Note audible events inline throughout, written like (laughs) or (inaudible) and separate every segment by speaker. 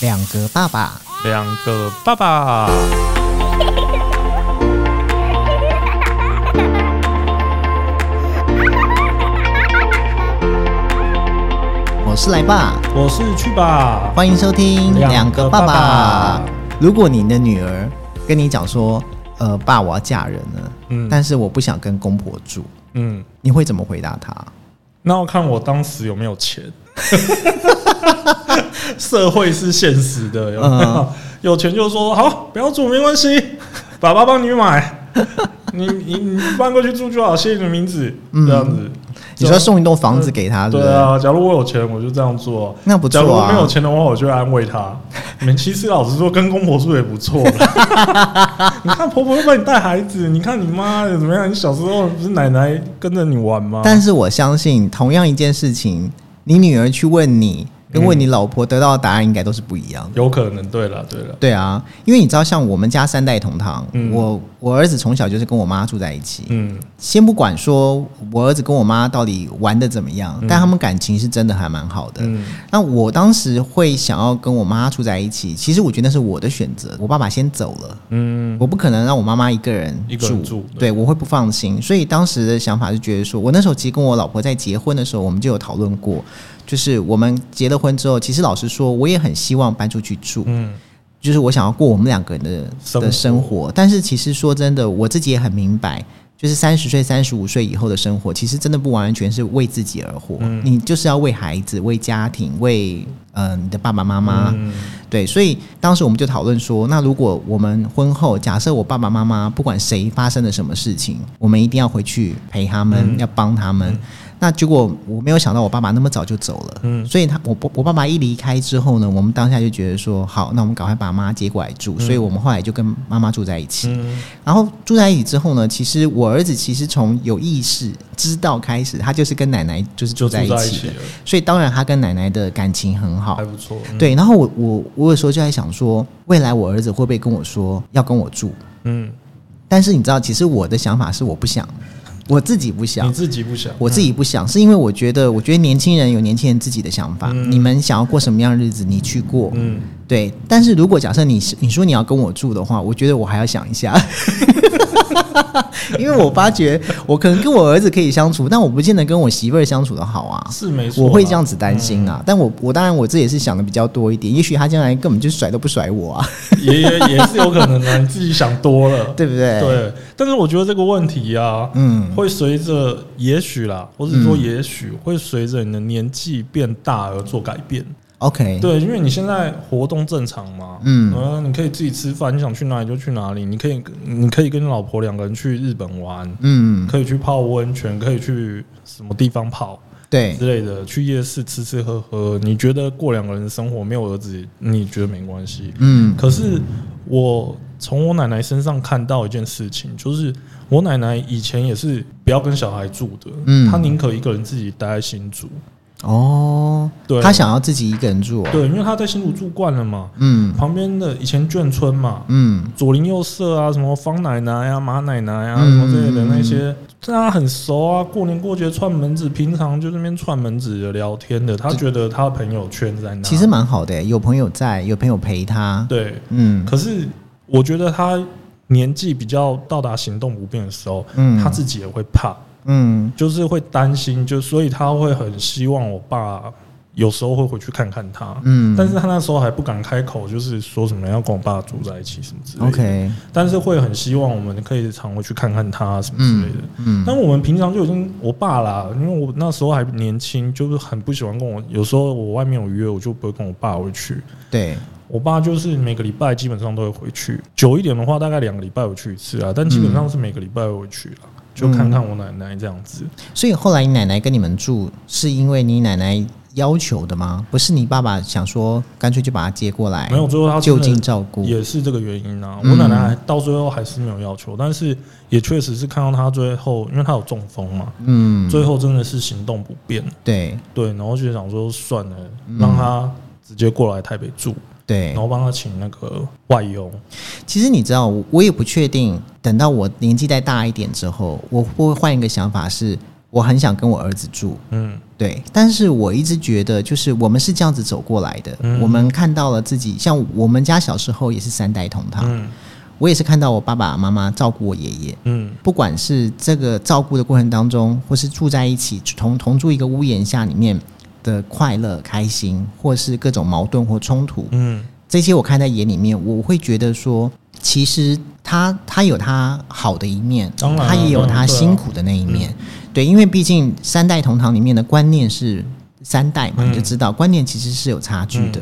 Speaker 1: 两个爸爸，
Speaker 2: 两个爸爸，
Speaker 1: 我是来爸，
Speaker 2: 我是去吧。
Speaker 1: 欢迎收听
Speaker 2: 两个爸爸
Speaker 1: 如果你的女儿跟你讲说，呃，爸，我要嫁人了，
Speaker 2: 嗯
Speaker 1: 但是我不想跟公婆住，
Speaker 2: 嗯，
Speaker 1: 你会怎么回答她？
Speaker 2: 那要看我当时有没有钱。 (laughs) 社会是现实的，有没有
Speaker 1: 嗯？
Speaker 2: 有钱就说好，不要住没关系，爸爸帮你买，你你你搬过去住就好，写你的名字，
Speaker 1: 嗯
Speaker 2: 这样子。
Speaker 1: 你说送一栋房子给她，对不
Speaker 2: 对
Speaker 1: 对？
Speaker 2: 啊，假如我有钱，我就这样做。
Speaker 1: 那不错
Speaker 2: 假
Speaker 1: 啊
Speaker 2: 如我没有钱的话，我就会安
Speaker 1: (laughs)
Speaker 2: 慰她。你们其实老实说，跟公婆住也不错啦。 (laughs) 你看婆婆又帮你带孩子，你看你妈怎么样？你小时候不是奶奶跟着你玩吗？
Speaker 1: 但是我相信，同样一件事情，你女儿去问你，跟问你老婆得到的答案应该都是不一样的。
Speaker 2: 有可能，对了，对了，
Speaker 1: 对啊，因为你知道，像我们家三代同堂，
Speaker 2: 嗯
Speaker 1: 我我儿子从小就是跟我妈住在一起。
Speaker 2: 嗯，
Speaker 1: 先不管说我儿子跟我妈到底玩的怎么样，但他们感情是真的还蛮好的。
Speaker 2: 嗯
Speaker 1: 那我当时会想要跟我妈住在一起，其实我觉得那是我的选择。我爸爸先走了，
Speaker 2: 嗯，
Speaker 1: 我不可能让我妈妈一个人
Speaker 2: 一个人住
Speaker 1: 对我会不放心。所以当时的想法是觉得说，我那时候其实跟我老婆在结婚的时候，我们就有讨论过，就是我们结了婚之后，其实老实说，我也很希望搬出去住，
Speaker 2: 嗯，
Speaker 1: 就是我想要过我们两个人的
Speaker 2: 生活
Speaker 1: 的生活。但是其实说真的，我自己也很明白。就是三十岁、三十五岁以后的生活，其实真的不完全是为自己而活，
Speaker 2: 嗯
Speaker 1: 你就是要为孩子、为家庭、为呃你的爸爸妈妈，
Speaker 2: 嗯
Speaker 1: 对，所以当时我们就讨论说，那如果我们婚后，假设我爸爸妈妈不管谁发生了什么事情，我们一定要回去陪他们，
Speaker 2: 嗯
Speaker 1: 要帮他们。那结果我没有想到我爸爸那么早就走了，
Speaker 2: 嗯
Speaker 1: 所以他我我爸爸一离开之后呢，我们当下就觉得说，好，那我们赶快把妈接过来住，所以我们后来就跟妈妈住在一起。
Speaker 2: 嗯
Speaker 1: 然后住在一起之后呢，其实我儿子其实从有意识知道开始，他就是跟奶奶就是
Speaker 2: 就
Speaker 1: 住
Speaker 2: 住
Speaker 1: 在
Speaker 2: 在
Speaker 1: 一
Speaker 2: 一
Speaker 1: 起
Speaker 2: 起
Speaker 1: 的，
Speaker 2: 了，
Speaker 1: 所以当然他跟奶奶的感情很好
Speaker 2: 还，不错。嗯，
Speaker 1: 对，然后我我我有时候就在想说，未来我儿子会不会跟我说要跟我住？
Speaker 2: 嗯，
Speaker 1: 但是你知道，其实我的想法是我不想，我自己不想
Speaker 2: 你，自己不想，
Speaker 1: 我自己不想，是因为我觉得，我觉得年轻人有年轻人自己的想法，
Speaker 2: 嗯
Speaker 1: 你们想要过什么样的日子，你去过。
Speaker 2: 嗯，
Speaker 1: 对，但是如果假设你是你说你要跟我住的话，我觉得我还要想一下， (laughs) 因为我发觉我可能跟我儿子可以相处，但我不见得跟我媳妇儿相处的好啊
Speaker 2: 嗯。是没错啦，
Speaker 1: 我会这样子担心
Speaker 2: 嗯
Speaker 1: 啊，但我我当然我自己也是想的比较多一点，也许他将来根本就甩都不甩我啊， (laughs)
Speaker 2: 也也也是有可能啊的，你自己想多了。
Speaker 1: 对不对？，
Speaker 2: 对，但是我觉得这个问题啊，
Speaker 1: 嗯
Speaker 2: 会随着也许啦，或是说
Speaker 1: 嗯
Speaker 2: 也许会随着你的年纪变大而做改变。
Speaker 1: ，OK，
Speaker 2: 对，因为你现在活动正常嘛，
Speaker 1: 嗯
Speaker 2: 呃，你可以自己吃饭，你想去哪里就去哪里，你可以你可以跟老婆两个人去日本玩，
Speaker 1: 嗯，
Speaker 2: 可以去泡温泉，可以去什么地方泡
Speaker 1: 对
Speaker 2: 之类的，去夜市吃吃喝喝。你觉得过两个人的生活没有儿子，你觉得没关系？
Speaker 1: 嗯
Speaker 2: 可是我从我奶奶身上看到一件事情，就是我奶奶以前也是不要跟小孩住的，
Speaker 1: 嗯
Speaker 2: 她宁可一个人自己待在新竹。
Speaker 1: 哦，
Speaker 2: 对
Speaker 1: 他想要自己一个人住、哦，
Speaker 2: 对，因为她在新竹住惯了嘛，
Speaker 1: 嗯
Speaker 2: 旁边的以前眷村嘛。
Speaker 1: 嗯
Speaker 2: 左邻右舍啊，什么方奶奶啊、马奶奶啊，
Speaker 1: 嗯
Speaker 2: 什么之类的那些，大家很熟啊。过年过节串门子，平常就那边串门子的聊天的。她觉得她的朋友圈在哪？
Speaker 1: 其实蛮好的欸耶，有朋友在，有朋友陪他，
Speaker 2: 对，
Speaker 1: 嗯
Speaker 2: 可是我觉得她年纪比较到达行动不便的时候，
Speaker 1: 嗯
Speaker 2: 他自己也会怕，
Speaker 1: 嗯
Speaker 2: 就是会担心，就所以他会很希望我爸有时候会回去看看他。
Speaker 1: 嗯，
Speaker 2: 但是他那时候还不敢开口，就是说什么要跟我爸住在一起什么之类的。
Speaker 1: OK，
Speaker 2: 但是会很希望我们可以常回去看看他什么之类的。
Speaker 1: 嗯
Speaker 2: 但我们平常就已经我爸啦，因为我那时候还年轻，就是很不喜欢跟我。有时候我外面有约，我就不会跟我爸回去。
Speaker 1: 对，
Speaker 2: 我爸就是每个礼拜基本上都会回去，久一点的话大概两个礼拜回去一次啊，但基本上是每个礼拜会回去了。就
Speaker 1: 嗯
Speaker 2: 看看我奶奶这样子。
Speaker 1: 所以后来你奶奶跟你们住，是因为你奶奶要求的吗？不是你爸爸想说干脆就把她接过来，
Speaker 2: 没有，最后他
Speaker 1: 就近照顾。
Speaker 2: 也是这个原因啊。
Speaker 1: 嗯
Speaker 2: 我奶奶还到最后还是没有要求，但是也确实是看到她最后，因为她有中风嘛，
Speaker 1: 嗯，
Speaker 2: 最后真的是行动不便。
Speaker 1: 对
Speaker 2: 对，然后就想说算了，
Speaker 1: 嗯
Speaker 2: 让她直接过来台北住，
Speaker 1: 对
Speaker 2: 然。后帮她请那个外佣。
Speaker 1: 其实你知道，我我也不确定，等到我年纪再大一点之后，我会不会换一个想法是，我很想跟我儿子住，
Speaker 2: 嗯
Speaker 1: 对，但是我一直觉得，就是我们是这样子走过来的，
Speaker 2: 嗯
Speaker 1: 我们看到了自己，像我们家小时候也是三代同堂，
Speaker 2: 嗯
Speaker 1: 我也是看到我爸爸妈妈照顾我爷爷。
Speaker 2: 嗯
Speaker 1: 不管是这个照顾的过程当中，或是住在一起同同住一个屋檐下里面的快乐、开心，或是各种矛盾或冲突，
Speaker 2: 嗯
Speaker 1: 这些我看在眼里面，我会觉得说，其实他他有他好的一面，
Speaker 2: 当然啊
Speaker 1: 他也有
Speaker 2: 当然
Speaker 1: 他
Speaker 2: 对啊啊
Speaker 1: 辛苦的那一面，对，因为毕竟三代同堂里面的观念是三代嘛，
Speaker 2: 嗯
Speaker 1: 你就知道观念其实是有差距的。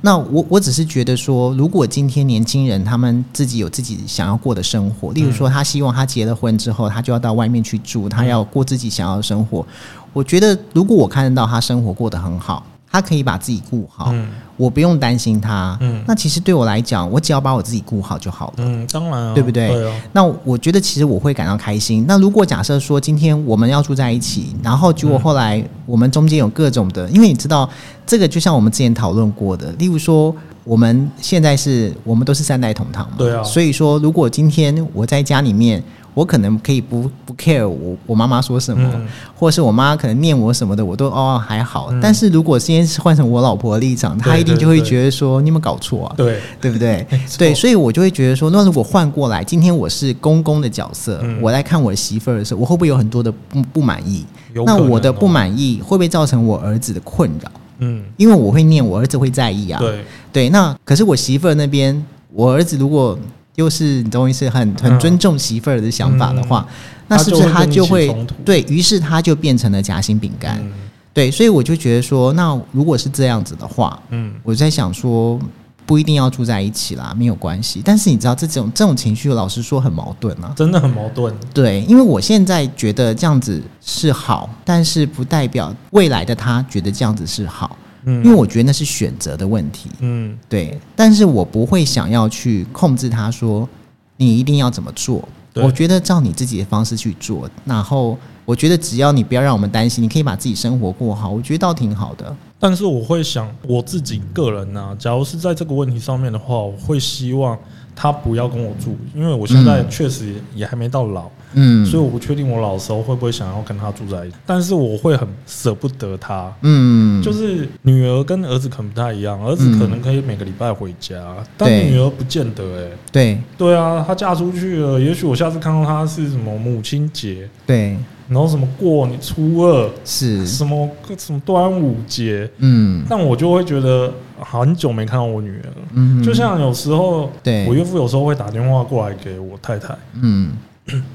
Speaker 1: 那我我只是觉得说，如果今天年轻人他们自己有自己想要过的生
Speaker 2: 嗯
Speaker 1: 活，例如说他希望他结了婚之后，他就要到外面去住，他要过自己想要的生活。
Speaker 2: 嗯
Speaker 1: 我觉得如果我看得到他生活过得很好，他可以把自己顾好，
Speaker 2: 嗯
Speaker 1: 我不用担心他。
Speaker 2: 嗯
Speaker 1: 那其实对我来讲，我只要把我自己顾好就好了。
Speaker 2: 嗯，当然啊，
Speaker 1: 对不对？
Speaker 2: 对啊，
Speaker 1: 那我觉得其实我会感到开心。那如果假设说今天我们要住在一起，然后结果后来我们中间有各种的，因为你知道这个就像我们之前讨论过的，例如说我们现在是我们都是三代同堂嘛，
Speaker 2: 对啊
Speaker 1: 所以说如果今天我在家里面。我可能可以不不 care 我我妈妈说什么，
Speaker 2: 嗯
Speaker 1: 或者是我妈可能念我什么的，我都哦还好。但是如果今天是换成我老婆的立场，她
Speaker 2: 对
Speaker 1: 一定
Speaker 2: 对
Speaker 1: 就会
Speaker 2: 对
Speaker 1: 觉得说你有没有搞错啊？
Speaker 2: 对，
Speaker 1: 对不对
Speaker 2: 没？错
Speaker 1: 对，所以我就会觉得说，那如果换过来，今天我是公公的角色，
Speaker 2: 嗯
Speaker 1: 我来看我的媳妇儿的时候，我会不会有很多的不不满意？
Speaker 2: 有可
Speaker 1: 那
Speaker 2: 能
Speaker 1: 我的
Speaker 2: 哦
Speaker 1: 不满意会不会造成我儿子的困扰？
Speaker 2: 嗯，
Speaker 1: 因为我会念，我儿子会在意啊。
Speaker 2: 对，
Speaker 1: 对那可是我媳妇儿那边，我儿子如果又是你懂意思，很很
Speaker 2: 嗯
Speaker 1: 尊重媳妇儿的想法的话，那
Speaker 2: 他
Speaker 1: 是不
Speaker 2: 就是会
Speaker 1: 他
Speaker 2: 跟你
Speaker 1: 就
Speaker 2: 起
Speaker 1: 会
Speaker 2: 冲突
Speaker 1: 对于是他就变成了夹心饼干？
Speaker 2: 嗯
Speaker 1: 对，所以我就觉得说，那如果是这样子的话，
Speaker 2: 嗯，
Speaker 1: 我在想说，不一定要住在一起啦，没有关系。但是你知道，这种这种情绪，老实说很矛盾啊。
Speaker 2: 真的很矛盾。
Speaker 1: 对，因为我现在觉得这样子是好，但是不代表未来的他觉得这样子是好，因为
Speaker 2: 嗯
Speaker 1: 我觉得那是选择的问题。
Speaker 2: 嗯
Speaker 1: 对，但是我不会想要去控制他说你一定要怎么做。
Speaker 2: 对
Speaker 1: 我觉得照你自己的方式去做，然后我觉得只要你不要让我们担心，你可以把自己生活过好，我觉得倒挺好的。
Speaker 2: 但是我会想，我自己个人呢、假如是在这个问题上面的话，我会希望他不要跟我住，因为我现在
Speaker 1: 嗯
Speaker 2: 确实也还没到老，
Speaker 1: 嗯，
Speaker 2: 所以我不确定我老的时候会不会想要跟他住在一起。但是我会很舍不得他，
Speaker 1: 嗯，
Speaker 2: 就是女儿跟儿子可能不太一样，儿子可能可以每个礼拜回家，但
Speaker 1: 对
Speaker 2: 女儿不见得哎、欸。
Speaker 1: 对
Speaker 2: 对啊，她嫁出去了，也许我下次看到她是什么母亲节，
Speaker 1: 对
Speaker 2: 然后什么过年初二，
Speaker 1: 是，
Speaker 2: 什么什么端午节，
Speaker 1: 嗯
Speaker 2: 但我就会觉得很久没看到我女儿了。
Speaker 1: 嗯，
Speaker 2: 就像有时候，
Speaker 1: 对
Speaker 2: 我岳父有时候会打电话过来给我太太，
Speaker 1: 嗯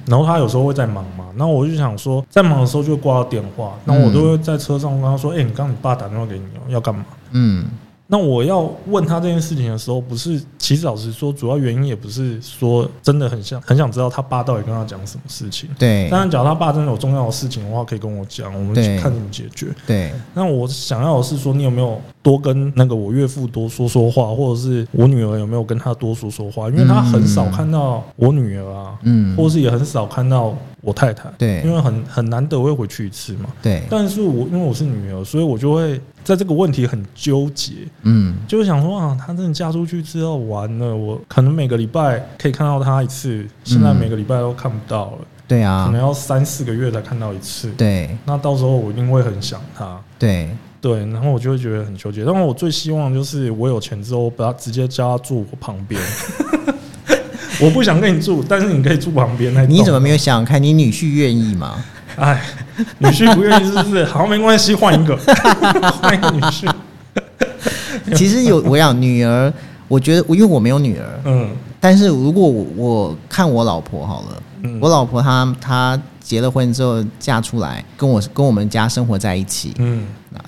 Speaker 2: 然后他有时候会在忙嘛，那我就想说，在忙的时候就挂到电话，那我都会在车上跟他说：“哎、你刚刚你爸打电话给你哦，要干嘛
Speaker 1: 嗯？”
Speaker 2: 那我要问他这件事情的时候，不是，其实老实说，主要原因也不是说真的很想很想知道他爸到底跟他讲什么事情。
Speaker 1: 对
Speaker 2: 当然，假如他爸真的有重要的事情的话，可以跟我讲，我们
Speaker 1: 对
Speaker 2: 去看怎么解决。
Speaker 1: 对
Speaker 2: 那我想要的是说，你有没有多跟那个我岳父多说说话，或者是我女儿有没有跟他多说说话？因为他很少看到我女儿啊，
Speaker 1: 嗯
Speaker 2: 或是也很少看到我太太，
Speaker 1: 对
Speaker 2: 因为很很难得会回去一次嘛。
Speaker 1: 对
Speaker 2: 但是我因为我是女儿，所以我就会在这个问题很纠结，
Speaker 1: 嗯
Speaker 2: 就是想说啊，她真的嫁出去之后完了，我可能每个礼拜可以看到她一次，现在
Speaker 1: 嗯
Speaker 2: 每个礼拜都看不到了，
Speaker 1: 对
Speaker 2: 可
Speaker 1: 啊
Speaker 2: 能，要三四个月才看到一次。
Speaker 1: 对
Speaker 2: 那到时候我一定会很想她。
Speaker 1: 对
Speaker 2: 对，然后我就会觉得很纠结。但我最希望就是我有钱之后，我把他直接叫他住我旁
Speaker 1: (laughs)
Speaker 2: 边。我不想跟你住，但是你可以住旁边那一栋。
Speaker 1: 你怎么没有想想看你女婿愿意吗？
Speaker 2: 哎，女婿不愿意是不是？好，没关系，换一个，换一个女婿。
Speaker 1: 其实有我要女儿，我觉得我因为我没有女儿，
Speaker 2: 嗯
Speaker 1: 但是如果我我看我老婆好了，
Speaker 2: 嗯
Speaker 1: 我老婆她她结了婚之后嫁出来，跟我跟我们家生活在一起，
Speaker 2: 嗯，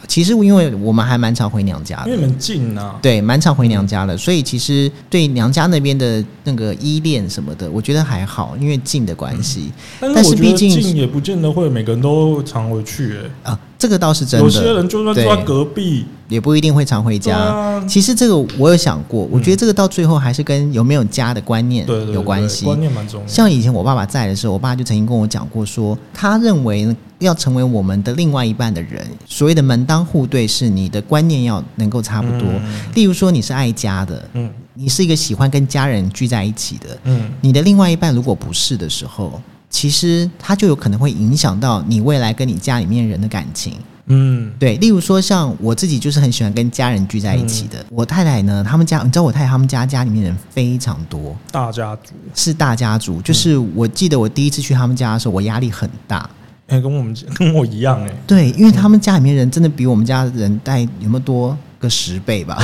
Speaker 1: 其实因为我们还蛮常回娘家
Speaker 2: 因为
Speaker 1: 的，
Speaker 2: 你们近啊，
Speaker 1: 对，蛮常回娘家了，所以其实对娘家那边的那个依恋什么的，我觉得还好，因为近的关系
Speaker 2: 但
Speaker 1: 但
Speaker 2: 是
Speaker 1: 是
Speaker 2: 我觉
Speaker 1: 毕
Speaker 2: 得
Speaker 1: 竟
Speaker 2: 近也不见得会每个人都常回去、欸，
Speaker 1: 啊、这个倒是真
Speaker 2: 有些
Speaker 1: 的，
Speaker 2: 人就算住在
Speaker 1: 对嗯
Speaker 2: 隔壁，
Speaker 1: 也不一定会常回
Speaker 2: 对
Speaker 1: 家。
Speaker 2: 啊，嗯
Speaker 1: 其实这个我有想过，我觉得这个到最后还是跟有没有家的观念
Speaker 2: 对对
Speaker 1: 有
Speaker 2: 对
Speaker 1: 关系。
Speaker 2: 观念蛮重要。
Speaker 1: 像以前我爸爸在的时候，我爸就曾经跟我讲过说他认为要成为我们的另外一半的人，所谓的门当户对是你的观念要能够差不多。
Speaker 2: 嗯
Speaker 1: 例如说你是爱家的，
Speaker 2: 嗯
Speaker 1: 你是一个喜欢跟家人聚在一起的，
Speaker 2: 嗯，
Speaker 1: 你的另外一半如果不是的时候，其实他就有可能会影响到你未来跟你家里面人的感情。
Speaker 2: 嗯，
Speaker 1: 对，例如说像我自己就是很喜欢跟家人聚在一起的。我太太呢，他们家你知道我太太他们家家里面人非常多，
Speaker 2: 大家族，
Speaker 1: 是大家族。就是我记得我第一次去他们家的时候，我压力很大。
Speaker 2: 哎、跟我们跟我一样哎、
Speaker 1: 对，因为他们家里面人真的比我们家人带有没有多个十倍吧？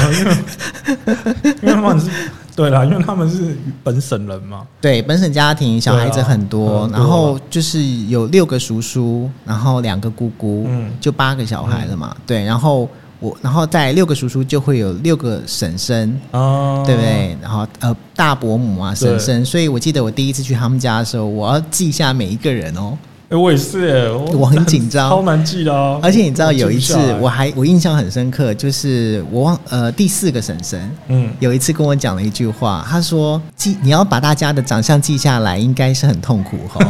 Speaker 2: 因为他们是，对啦，因为他们是本省人嘛，
Speaker 1: 对，本省家庭小孩子很
Speaker 2: 对
Speaker 1: 多，
Speaker 2: 啊很多
Speaker 1: 然后就是有六个叔叔，然后两个姑姑，
Speaker 2: 嗯
Speaker 1: 就八个小孩了嘛。对，然后我，然后再六个叔叔就会有六个婶婶，
Speaker 2: 啊，
Speaker 1: 对不？对？然后呃，大伯母啊，
Speaker 2: 对
Speaker 1: 婶婶，所以我记得我第一次去他们家的时候，我要记一下每一个人哦。
Speaker 2: 哎、我也是哎、
Speaker 1: 我很紧张
Speaker 2: 超难记的、啊。
Speaker 1: 而且你知道有一次
Speaker 2: 记不下来
Speaker 1: 我，还我印象很深刻，就是我忘呃第四个婶婶。
Speaker 2: 嗯，
Speaker 1: 有一次跟我讲了一句话，她说：“记你要把大家的长相记下来，应该是很痛苦哈。”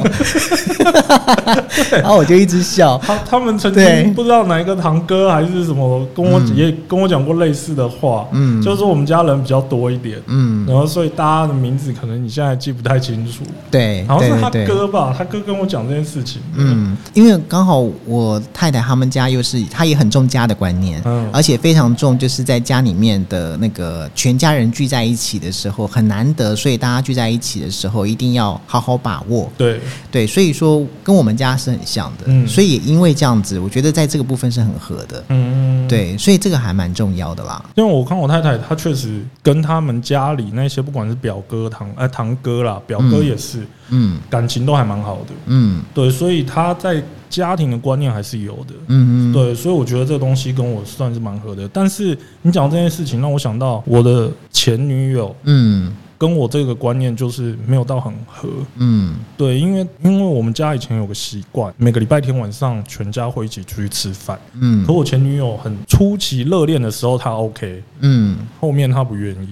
Speaker 2: (laughs)
Speaker 1: 然后我就一直笑，
Speaker 2: 他他们曾
Speaker 1: 对
Speaker 2: 经不知道哪一个堂哥还是什么，跟我
Speaker 1: 嗯
Speaker 2: 也跟我讲过类似的话，
Speaker 1: 嗯
Speaker 2: 就是说我们家人比较多一点，
Speaker 1: 嗯，
Speaker 2: 然后所以大家的名字可能你现在记不太清楚，
Speaker 1: 对，
Speaker 2: 好像
Speaker 1: 对
Speaker 2: 是他
Speaker 1: 哎对对，
Speaker 2: 哥吧，他哥跟我讲这件事情，，
Speaker 1: 嗯，因为刚好我太太他们家又是，她也很重家的观念，
Speaker 2: 嗯
Speaker 1: 而且非常重，就是在家里面的那个全家人聚在一起的时候很难得，所以大家聚在一起的时候一定要好好把握，
Speaker 2: 对，
Speaker 1: 对，所以说跟我们家是很像的，
Speaker 2: 嗯
Speaker 1: 所以也因为这样子，我觉得在这个部分是很合的，
Speaker 2: 嗯，。
Speaker 1: 对，所以这个还蛮重要的啦。
Speaker 2: 因为我看我太太，她确实跟他们家里那些不管是表哥、堂哎、堂哥啦，表哥
Speaker 1: 嗯
Speaker 2: 也是、
Speaker 1: 嗯
Speaker 2: 感情都还蛮好的，
Speaker 1: 嗯
Speaker 2: 对，所以她在家庭的观念还是有的，
Speaker 1: 嗯嗯，
Speaker 2: 对，所以我觉得这个东西跟我算是蛮合的。但是你讲这件事情，让我想到我的前女友
Speaker 1: 嗯
Speaker 2: 跟我这个观念就是没有到很合。
Speaker 1: 嗯
Speaker 2: 对，因为因为我们家以前有个习惯，每个礼拜天晚上全家会一起出去吃饭。
Speaker 1: 嗯
Speaker 2: 可我前女友很初期热恋的时候，她 OK，
Speaker 1: 嗯，
Speaker 2: 后面她不愿意，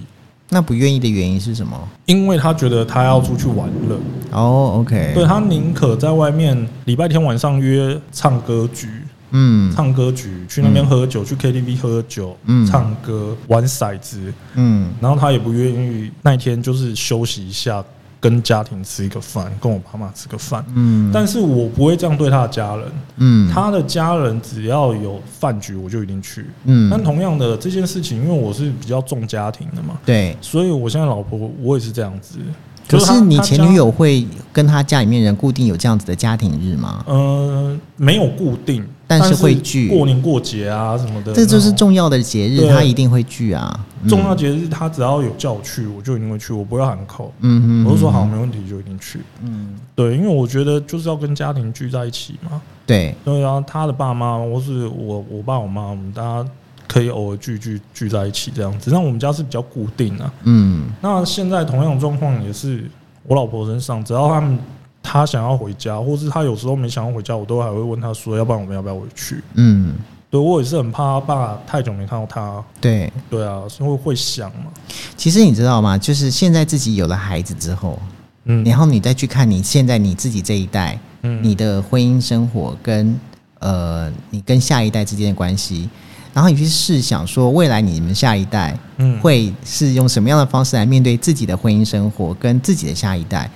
Speaker 1: 那不愿意的原因是什么？
Speaker 2: 因为她觉得她要出去玩了。
Speaker 1: 哦，OK，
Speaker 2: 对，她宁可在外面礼拜天晚上约唱歌局，
Speaker 1: 嗯
Speaker 2: 唱歌局，去那边喝酒，去 KTV 喝酒，
Speaker 1: 嗯
Speaker 2: 唱歌，玩骰子，
Speaker 1: 嗯
Speaker 2: 然后他也不愿意那一天就是休息一下，跟家庭吃一个饭，跟我爸妈吃个饭。
Speaker 1: 嗯，
Speaker 2: 但是我不会这样对他的家人，
Speaker 1: 嗯
Speaker 2: 他的家人只要有饭局我就一定去。但
Speaker 1: 嗯，
Speaker 2: 同样的这件事情，因为我是比较重家庭的嘛，
Speaker 1: 对。
Speaker 2: 所以我现在老婆我也是这样子。
Speaker 1: 可
Speaker 2: 就是他
Speaker 1: 你前女，
Speaker 2: 他家
Speaker 1: 友会跟她家里面人固定有这样子的家庭日吗？
Speaker 2: 呃，没有固定，
Speaker 1: 但是
Speaker 2: 是
Speaker 1: 会聚
Speaker 2: 过年过节啊什么的，
Speaker 1: 这就是
Speaker 2: 那种
Speaker 1: 重要的节日，
Speaker 2: 对
Speaker 1: 她一定会聚啊。嗯
Speaker 2: 重要节日，他只要有叫我去，我就一定会去，我不会喊扣。
Speaker 1: 嗯嗯，
Speaker 2: 我就说好，
Speaker 1: 嗯
Speaker 2: 没问题，就一定去。
Speaker 1: 嗯，
Speaker 2: 对，因为我觉得就是要跟家庭聚在一起嘛。
Speaker 1: 对，
Speaker 2: 对啊，他的爸妈或是我我爸我妈，我们大家可以偶尔聚聚聚在一起这样子。但我们家是比较固定啊。
Speaker 1: 嗯
Speaker 2: 那现在同样的状况也是我老婆身上，只要他们她想要回家，或是她有时候没想要回家，我都还会问她说，要不然我们要不要回去？
Speaker 1: 嗯，
Speaker 2: 对我也是很怕她爸太久没看到她，
Speaker 1: 对。
Speaker 2: 对啊，所以会想嘛。
Speaker 1: 其实你知道吗？就是现在自己有了孩子之后，
Speaker 2: 嗯
Speaker 1: 然后你再去看你现在你自己这一代，
Speaker 2: 嗯
Speaker 1: 你的婚姻生活跟呃你跟下一代之间的关系，然后你去试想说未来你们下一代
Speaker 2: 嗯
Speaker 1: 会是用什么样的方式来面对自己的婚姻生活跟自己的下一代。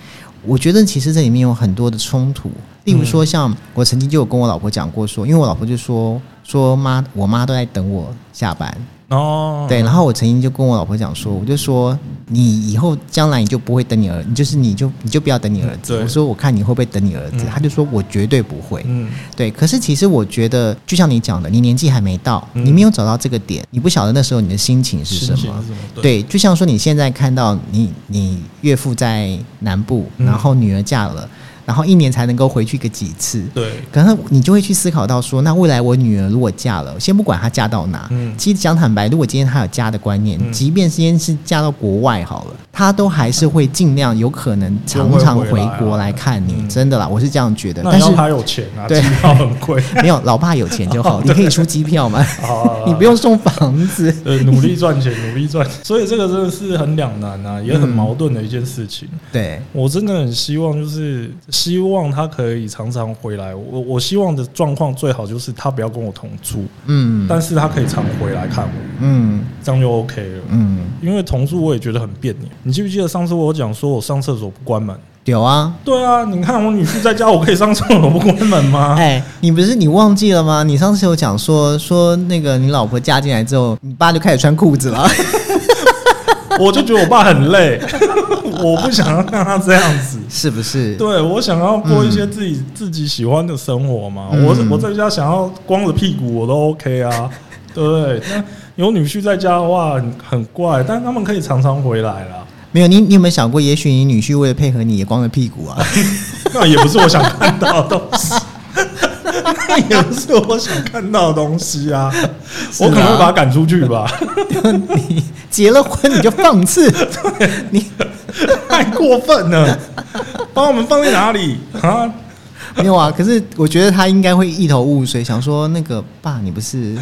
Speaker 1: 我觉得其实这里面有很多的冲突，例如说像我曾经就有跟我老婆讲过说，因为我老婆就说说妈，我妈都在等我下班，
Speaker 2: 哦，
Speaker 1: 对，然后我曾经就跟我老婆讲说，我就说你以后将来你就不会等你儿，你就是你就你就不要等你儿子。
Speaker 2: 对
Speaker 1: 我说我看你会不会等你儿子，
Speaker 2: 嗯
Speaker 1: 他就说我绝对不会。
Speaker 2: 嗯
Speaker 1: 对，可是其实我觉得，就像你讲的，你年纪还没到，
Speaker 2: 嗯
Speaker 1: 你没有找到这个点，你不晓得那时候你的心情是什
Speaker 2: 心情
Speaker 1: 么
Speaker 2: 是。什么？
Speaker 1: 对，就像说你现在看到你你岳父在南部，
Speaker 2: 嗯
Speaker 1: 然后女儿嫁了，然后一年才能够回去个几次。
Speaker 2: 对，
Speaker 1: 可能你就会去思考到说，那未来我女儿如果嫁了，先不管她嫁到哪，
Speaker 2: 嗯
Speaker 1: 其实讲坦白，如果今天她有家的观念，
Speaker 2: 嗯
Speaker 1: 即便今天是嫁到国外好了，她都还是会尽量有可能常常
Speaker 2: 就会回
Speaker 1: 回
Speaker 2: 来啊
Speaker 1: 国来看你。
Speaker 2: 嗯
Speaker 1: 真的啦，我是这样觉得。
Speaker 2: 那
Speaker 1: 但
Speaker 2: 要
Speaker 1: 是
Speaker 2: 他有钱啊，机
Speaker 1: 对
Speaker 2: 票很
Speaker 1: (laughs)
Speaker 2: 贵
Speaker 1: 没有，老爸有钱就
Speaker 2: (laughs)
Speaker 1: 好，你可以出机票嘛，
Speaker 2: 啊
Speaker 1: (laughs) 你不用送房子。
Speaker 2: 呃，努力赚钱，努
Speaker 1: (laughs)
Speaker 2: 力赚钱，所以这个真的是很两难啊，也很矛盾的一件事情。
Speaker 1: 对，
Speaker 2: 我真的很希望，就是希望他可以常常回来。我我希望的状况最好就是他不要跟我同住，
Speaker 1: 嗯
Speaker 2: 但是他可以常回来看我，
Speaker 1: 嗯
Speaker 2: 这样就 OK 了。
Speaker 1: 嗯，
Speaker 2: 因为同住我也觉得很别扭。你记不记得上次我有讲说我上厕所不关门？
Speaker 1: 有啊。
Speaker 2: 对啊，你看我女婿在家，我可以上厕所不关门吗？
Speaker 1: (laughs) 哎、你不是你忘记了吗？你上次有讲说说那个你老婆嫁进来之后，你爸就开始穿裤子了。 (laughs)
Speaker 2: 我就觉得我爸很累，我不想要让他这样子。
Speaker 1: 是不是？
Speaker 2: 对，我想要过一些自己、自己喜欢的生活嘛。
Speaker 1: 嗯
Speaker 2: 我我在家想要光着屁股我都 OK (laughs) 啊，对不对？那有女婿在家的话很很怪，但他们可以常常回来啦。
Speaker 1: 没有你，你有没有想过，也许你女婿为了配合你，也光着屁股啊？ (laughs)
Speaker 2: 那也不是我想看到的东西，那也不是我想看到的东西啊。 (laughs) 我可能会把他赶出去吧，
Speaker 1: 你结了婚你就放肆， (laughs) 你
Speaker 2: 太过分了。把我们放在哪里啊？
Speaker 1: 没有啊？可是我觉得他应该会一头雾水，想说那个爸，你不是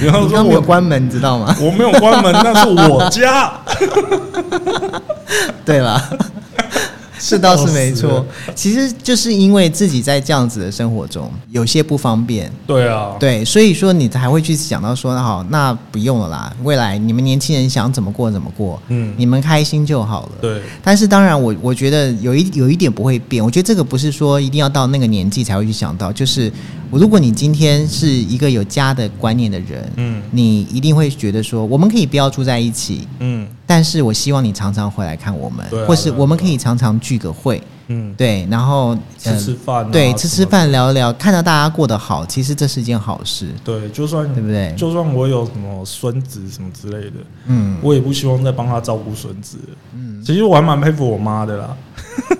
Speaker 2: 然后
Speaker 1: 你
Speaker 2: 说
Speaker 1: 刚没有
Speaker 2: 我
Speaker 1: 关门，你知道吗？
Speaker 2: 我没有关门，那是我家。
Speaker 1: 对啦，这倒是没错。其实就是因为自己在这样子的生活中有些不方便，
Speaker 2: (laughs) 对啊，
Speaker 1: 对，所以说你才会去想到说，好，那不用了啦，未来你们年轻人想怎么过怎么过，
Speaker 2: 嗯
Speaker 1: 你们开心就好了。
Speaker 2: 啊对
Speaker 1: 但是当然我，我觉得有一有一点不会变，我觉得这个不是说一定要到那个年纪才会去想到，就是如果你今天是一个有家的观念的人，
Speaker 2: 嗯
Speaker 1: 你一定会觉得说，我们可以不要住在一起，
Speaker 2: 嗯
Speaker 1: 但是我希望你常常回来看我们，
Speaker 2: 对啊
Speaker 1: 或是
Speaker 2: 对啊
Speaker 1: 我们可以常常聚个会，
Speaker 2: 嗯，
Speaker 1: 对，然后呃
Speaker 2: 吃吃饭啊
Speaker 1: 对，吃
Speaker 2: 什
Speaker 1: 吃
Speaker 2: 么的
Speaker 1: 饭聊聊，看到大家过得好，其实这是一件好事，
Speaker 2: 对，就算
Speaker 1: 对不对
Speaker 2: 就算我有什么孙子什么之类的，
Speaker 1: 嗯，
Speaker 2: 我也不希望再帮他照顾孙子。嗯，其实我还蛮佩服我妈的啦，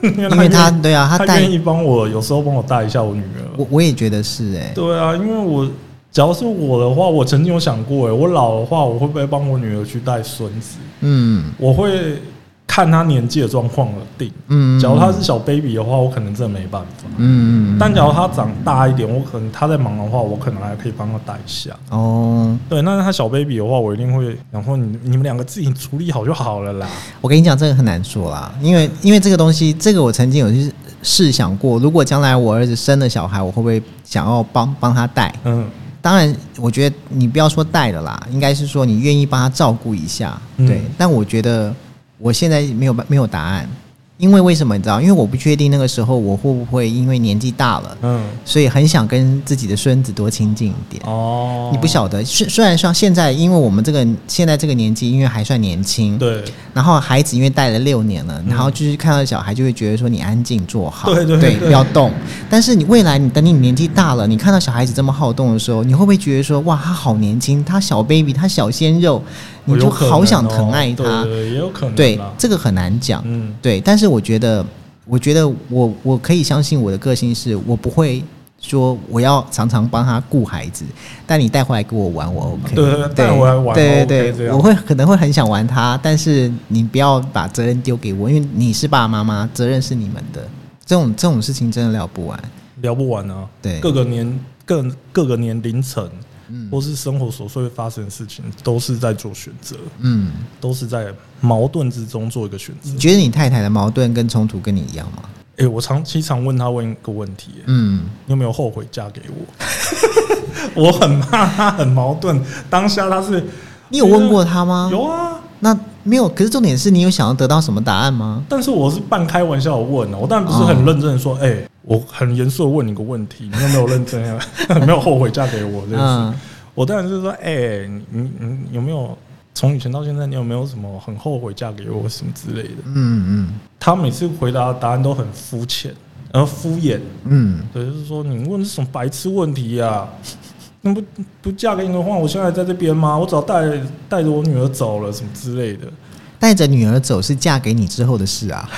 Speaker 2: 因
Speaker 1: (laughs) 因为他
Speaker 2: 愿
Speaker 1: 对啊，他
Speaker 2: 她
Speaker 1: 带
Speaker 2: 愿意帮我，有时候帮我带一下我女儿。
Speaker 1: 我我也觉得是哎、
Speaker 2: 对啊，因为我假如是我的话，我曾经有想过、欸，我老的话，我会不会帮我女儿去带孙子？
Speaker 1: 嗯
Speaker 2: 我会看她年纪的状况而定。
Speaker 1: 嗯，
Speaker 2: 假如她是小 baby 的话，我可能真的没办法。
Speaker 1: 嗯嗯嗯
Speaker 2: 但假如她长大一点，我可能她在忙的话，我可能还可以帮她带一下。
Speaker 1: 哦。
Speaker 2: 对，那他小 baby 的话，我一定会想说你你们两个自己处理好就好了啦。
Speaker 1: 我跟你讲，这个很难说啦，因为因为这个东西，这个我曾经有去试想过，如果将来我儿子生了小孩，我会不会想要帮帮他带？
Speaker 2: 嗯
Speaker 1: 当然，我觉得你不要说带了啦，应该是说你愿意帮他照顾一下，
Speaker 2: 嗯
Speaker 1: 对。但我觉得我现在没有办没有答案，因为为什么你知道？因为我不确定那个时候我会不会因为年纪大了，
Speaker 2: 嗯，
Speaker 1: 所以很想跟自己的孙子多亲近一点。
Speaker 2: 哦
Speaker 1: 你不晓得，虽虽然说现在，因为我们这个现在这个年纪，因为还算年轻，
Speaker 2: 对
Speaker 1: 然后孩子因为带了六年了，然后就是看到小孩就会觉得说你安静坐好，
Speaker 2: 嗯对对对
Speaker 1: 不要动。但是你未来你等你年纪大了，你看到小孩子这么好动的时候，你会不会觉得说哇他好年轻，他小 baby，他小鲜肉，
Speaker 2: 我
Speaker 1: 你就
Speaker 2: 有可能
Speaker 1: 好想
Speaker 2: 哦
Speaker 1: 疼爱他？
Speaker 2: 对对对也有可能
Speaker 1: 对
Speaker 2: 啦，
Speaker 1: 这个很难讲。
Speaker 2: 嗯
Speaker 1: 对，但是我觉得，我觉得我我可以相信我的个性是，我不会说我要常常帮他顾孩子，但你带回来跟我玩，我 OK。
Speaker 2: 对对对带回来玩
Speaker 1: 对
Speaker 2: 我 OK，
Speaker 1: 对
Speaker 2: 这
Speaker 1: 对，
Speaker 2: 样
Speaker 1: 我会可能会很想玩他，但是你不要把责任丢给我，因为你是爸爸妈妈，责任是你们的。这种这种事情真的聊不完。
Speaker 2: 聊不完啊。
Speaker 1: 对
Speaker 2: 各个年各各个年龄层，
Speaker 1: 嗯
Speaker 2: 或是生活琐碎会发生的事情，都是在做选择，
Speaker 1: 嗯，
Speaker 2: 都是在矛盾之中做一个选择
Speaker 1: 你。觉得你太太的矛盾跟冲突跟你一样吗？
Speaker 2: 哎、我常经常问他问一个问题、欸
Speaker 1: 嗯，
Speaker 2: 你有没有后悔嫁给我？我 (laughs) 很怕他很矛盾，当下他是
Speaker 1: 你有问过他吗？
Speaker 2: 有啊，
Speaker 1: 那没有，可是重点是你有想要得到什么答案吗？
Speaker 2: 但是我是半开玩笑地问啊的，我当然不是很认真的说，
Speaker 1: 啊
Speaker 2: 哎、我很严肃的问你个问题，你有没有认真啊？没 (laughs) 有后悔嫁给我这件事，
Speaker 1: 嗯
Speaker 2: 我当然是说，哎、你你你有没有从以前到现在，你有没有什么很后悔嫁给我什么之类的？
Speaker 1: 嗯嗯
Speaker 2: 他每次回答的答案都很肤浅，然后敷衍，
Speaker 1: 嗯。
Speaker 2: 对，就是说你问的是什么白痴问题呀、 (laughs) 那不不嫁给你的话，我现在在这边吗？我只要带带着我女儿走了什么之类的。 (laughs)
Speaker 1: 带着女儿走是嫁给你之后的事啊。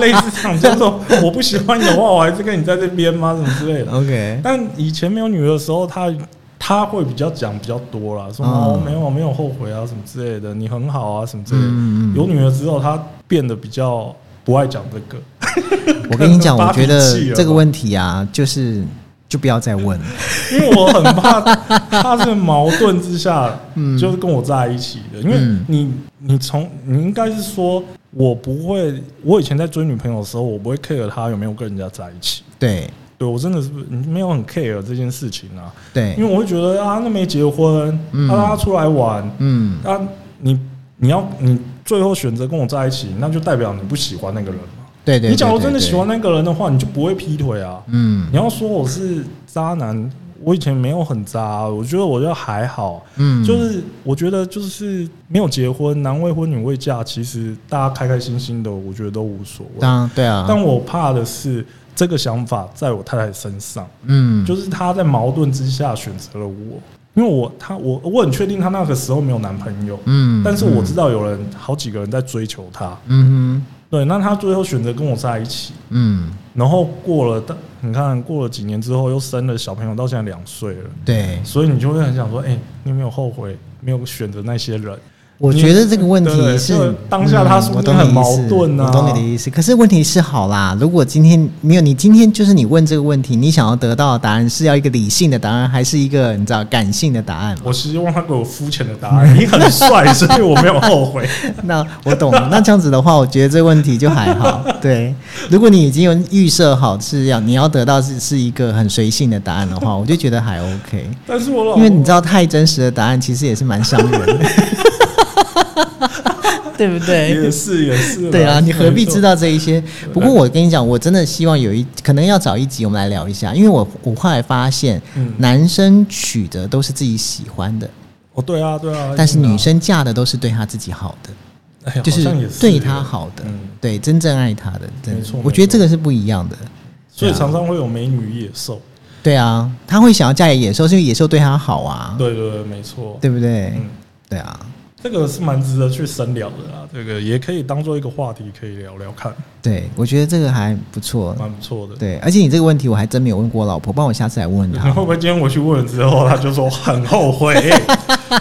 Speaker 2: 类似这样，就是说我不喜欢你的话，我还是跟你在这边吗？什么之
Speaker 1: 嗯
Speaker 2: 类的。
Speaker 1: OK，
Speaker 2: 但以前没有女儿的时候，他他会比较讲比较多啦，说哦
Speaker 1: 嗯
Speaker 2: 没有没有后悔啊什么之类的，你很好啊什么之类的。
Speaker 1: 嗯嗯嗯
Speaker 2: 有女儿之后，他变得比较不爱讲这个。
Speaker 1: 我跟你讲，
Speaker 2: 发
Speaker 1: 我觉
Speaker 2: 脾气
Speaker 1: 得
Speaker 2: 了
Speaker 1: 这个
Speaker 2: 吧
Speaker 1: 问题啊，就是就不要再问了。
Speaker 2: 因为我很怕他是矛盾之下，
Speaker 1: (laughs) 嗯
Speaker 2: 就是跟我在一起的。因为
Speaker 1: 嗯
Speaker 2: 你，你从你应该是说，我不会，我以前在追女朋友的时候，我不会 care 她有没有跟人家在一起。
Speaker 1: 对
Speaker 2: 对我真的是没有很 care 这件事情啊，
Speaker 1: 对，
Speaker 2: 因为我会觉得啊，那没结婚，
Speaker 1: 哎嗯
Speaker 2: 啊，他出来玩，
Speaker 1: 嗯，
Speaker 2: 啊，你你要你最后选择跟我在一起，那就代表你不喜欢那个人嘛。
Speaker 1: 对对。
Speaker 2: 你假如
Speaker 1: 对
Speaker 2: 真的喜，欢
Speaker 1: 对
Speaker 2: 那个人的话，你就不会劈腿啊。
Speaker 1: 嗯
Speaker 2: 你要说我是渣男，我以前没有很渣，我觉得我就还好。
Speaker 1: 嗯，
Speaker 2: 就是我觉得就是没有结婚，男未婚女未嫁，其实大家开开心心的，我觉得都无所谓。
Speaker 1: 当对啊，
Speaker 2: 但我怕的是这个想法在我太太身上，
Speaker 1: 嗯，
Speaker 2: 就是她在矛盾之下选择了我，因为我她我我很确定她那个时候没有男朋友，
Speaker 1: 嗯，
Speaker 2: 但是我知
Speaker 1: 道，
Speaker 2: 道有人好几个人在追求她，
Speaker 1: 嗯
Speaker 2: 对，那她最后选择跟我在一起，
Speaker 1: 哼，嗯，
Speaker 2: 然后过了大，你看过了几年之后又生了小朋友，到现在两岁了，
Speaker 1: 对，
Speaker 2: 所以你就会很想说，哎、你有没有后悔没有选择那些人？
Speaker 1: 我觉得这个问
Speaker 2: 对
Speaker 1: 题
Speaker 2: 就是
Speaker 1: 是
Speaker 2: 当下他说
Speaker 1: 嗯我
Speaker 2: 不定
Speaker 1: 懂你的
Speaker 2: 很矛
Speaker 1: 意思
Speaker 2: 盾啊
Speaker 1: 我懂你的意思。可是问题是，好啦，如果今天没有你，今天就是你问这个问题，你想要得到的答案是要一个理性的答案，还是一个你知道感性的答案嘛？
Speaker 2: (laughs) 我希望他给我肤浅的答案。 (laughs) 你很帅，所以我没有后悔。 (laughs)
Speaker 1: (laughs) 那我懂了。那这样子的话，我觉得这个问题就还
Speaker 2: (laughs)
Speaker 1: 好。对，如果你已经有预设好是要你要得到是是一个很随性的答案的话，我就觉得还 OK。
Speaker 2: 但是我老
Speaker 1: 因为你知道太真实的答案其实也是蛮伤人
Speaker 2: (laughs)
Speaker 1: 的，对不对？
Speaker 2: 也是也是啦，
Speaker 1: (laughs) 对啊，你何必
Speaker 2: 没错
Speaker 1: 知？道这一些？不过我跟你讲，我真的希望有一可能要找一集我们来聊一下，因为我我后来发现，
Speaker 2: 嗯
Speaker 1: 男生娶的都是自己喜欢的，
Speaker 2: 哦，对啊，对啊。
Speaker 1: 但是
Speaker 2: 一定的啊
Speaker 1: 女，生嫁的都是对她自己好的，
Speaker 2: 哎呀，
Speaker 1: 就
Speaker 2: 好像也是
Speaker 1: 对她好的
Speaker 2: 嗯，
Speaker 1: 对真正爱她的，真
Speaker 2: 没错
Speaker 1: 我觉得这个是不一样的。
Speaker 2: 所以常常会有美女野兽。
Speaker 1: 对啊，她会想要嫁给野兽，是因为野兽对她好啊，
Speaker 2: 对对对，没错。
Speaker 1: 对不对
Speaker 2: 嗯？
Speaker 1: 对啊，
Speaker 2: 这个是蛮值得去深聊的啦，这个也可以当做一个话题可以聊聊看，
Speaker 1: 对，我觉得这个还不错。
Speaker 2: 蛮不错的。
Speaker 1: 对，而且你这个问题我还真没有问过我老婆，帮我下次来问问
Speaker 2: (laughs) 你
Speaker 1: 她。
Speaker 2: 会不会今天我去问了之后，他就说很后
Speaker 1: (laughs)
Speaker 2: 悔？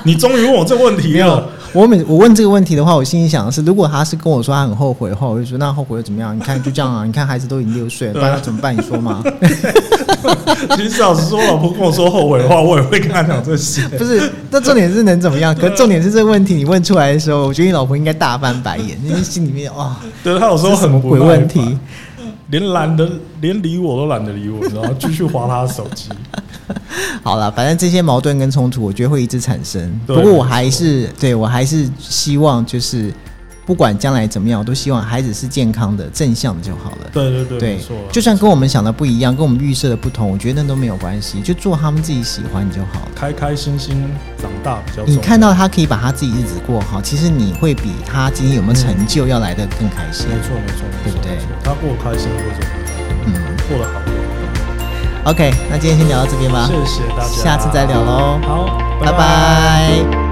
Speaker 2: 你终于问我这问题了，
Speaker 1: 我每我问这个问题的话，我心里想的是，如果他是跟我说他很后悔的话，我就说那后悔又怎么样？你看就这样啊， (laughs) 你看孩子都已经六岁
Speaker 2: 啊
Speaker 1: 了，不然要怎么办？你说
Speaker 2: (laughs)
Speaker 1: 嘛？
Speaker 2: (laughs) 其实老实说，老婆跟我说后悔的话，我也会跟她讲
Speaker 1: (laughs)
Speaker 2: 这些。
Speaker 1: 不是，那重点是能怎么样？可重点是这个问题你问出来的时候，我觉得你老婆应该大翻白眼，因为心里面哦哇，
Speaker 2: 对，他有时
Speaker 1: 这
Speaker 2: 候
Speaker 1: 是什么
Speaker 2: 很不
Speaker 1: 鬼
Speaker 2: 耐
Speaker 1: 问
Speaker 2: 烦
Speaker 1: 题？
Speaker 2: 连懒得连理我都懒得理我，然后继续划他的手机。
Speaker 1: 好了，反正这些矛盾跟冲突，我觉得会一直产生。
Speaker 2: 对
Speaker 1: 不过我还是对我还是希望，就是不管将来怎么样，我都希望孩子是健康的、正向的就好了。
Speaker 2: 对对
Speaker 1: (laughs)
Speaker 2: 对，
Speaker 1: 对
Speaker 2: 没错啊，
Speaker 1: 就算跟我们想的不一样，跟我们预设的不同，我觉得那都没有关系，就做他们自己喜欢就好了。
Speaker 2: 开开心心长大比较重要。
Speaker 1: 你看到他可以把他自己日子过好，其实你会比他今天有没有成就要来的更开心
Speaker 2: 没。错没错没
Speaker 1: 对不
Speaker 2: 错，
Speaker 1: 对
Speaker 2: 没错他过得开心过得
Speaker 1: 嗯
Speaker 2: 过得好，
Speaker 1: ，OK，那今天先聊到这边吧，
Speaker 2: 谢谢大家，
Speaker 1: 下次再聊喽，
Speaker 2: 好，
Speaker 1: 拜拜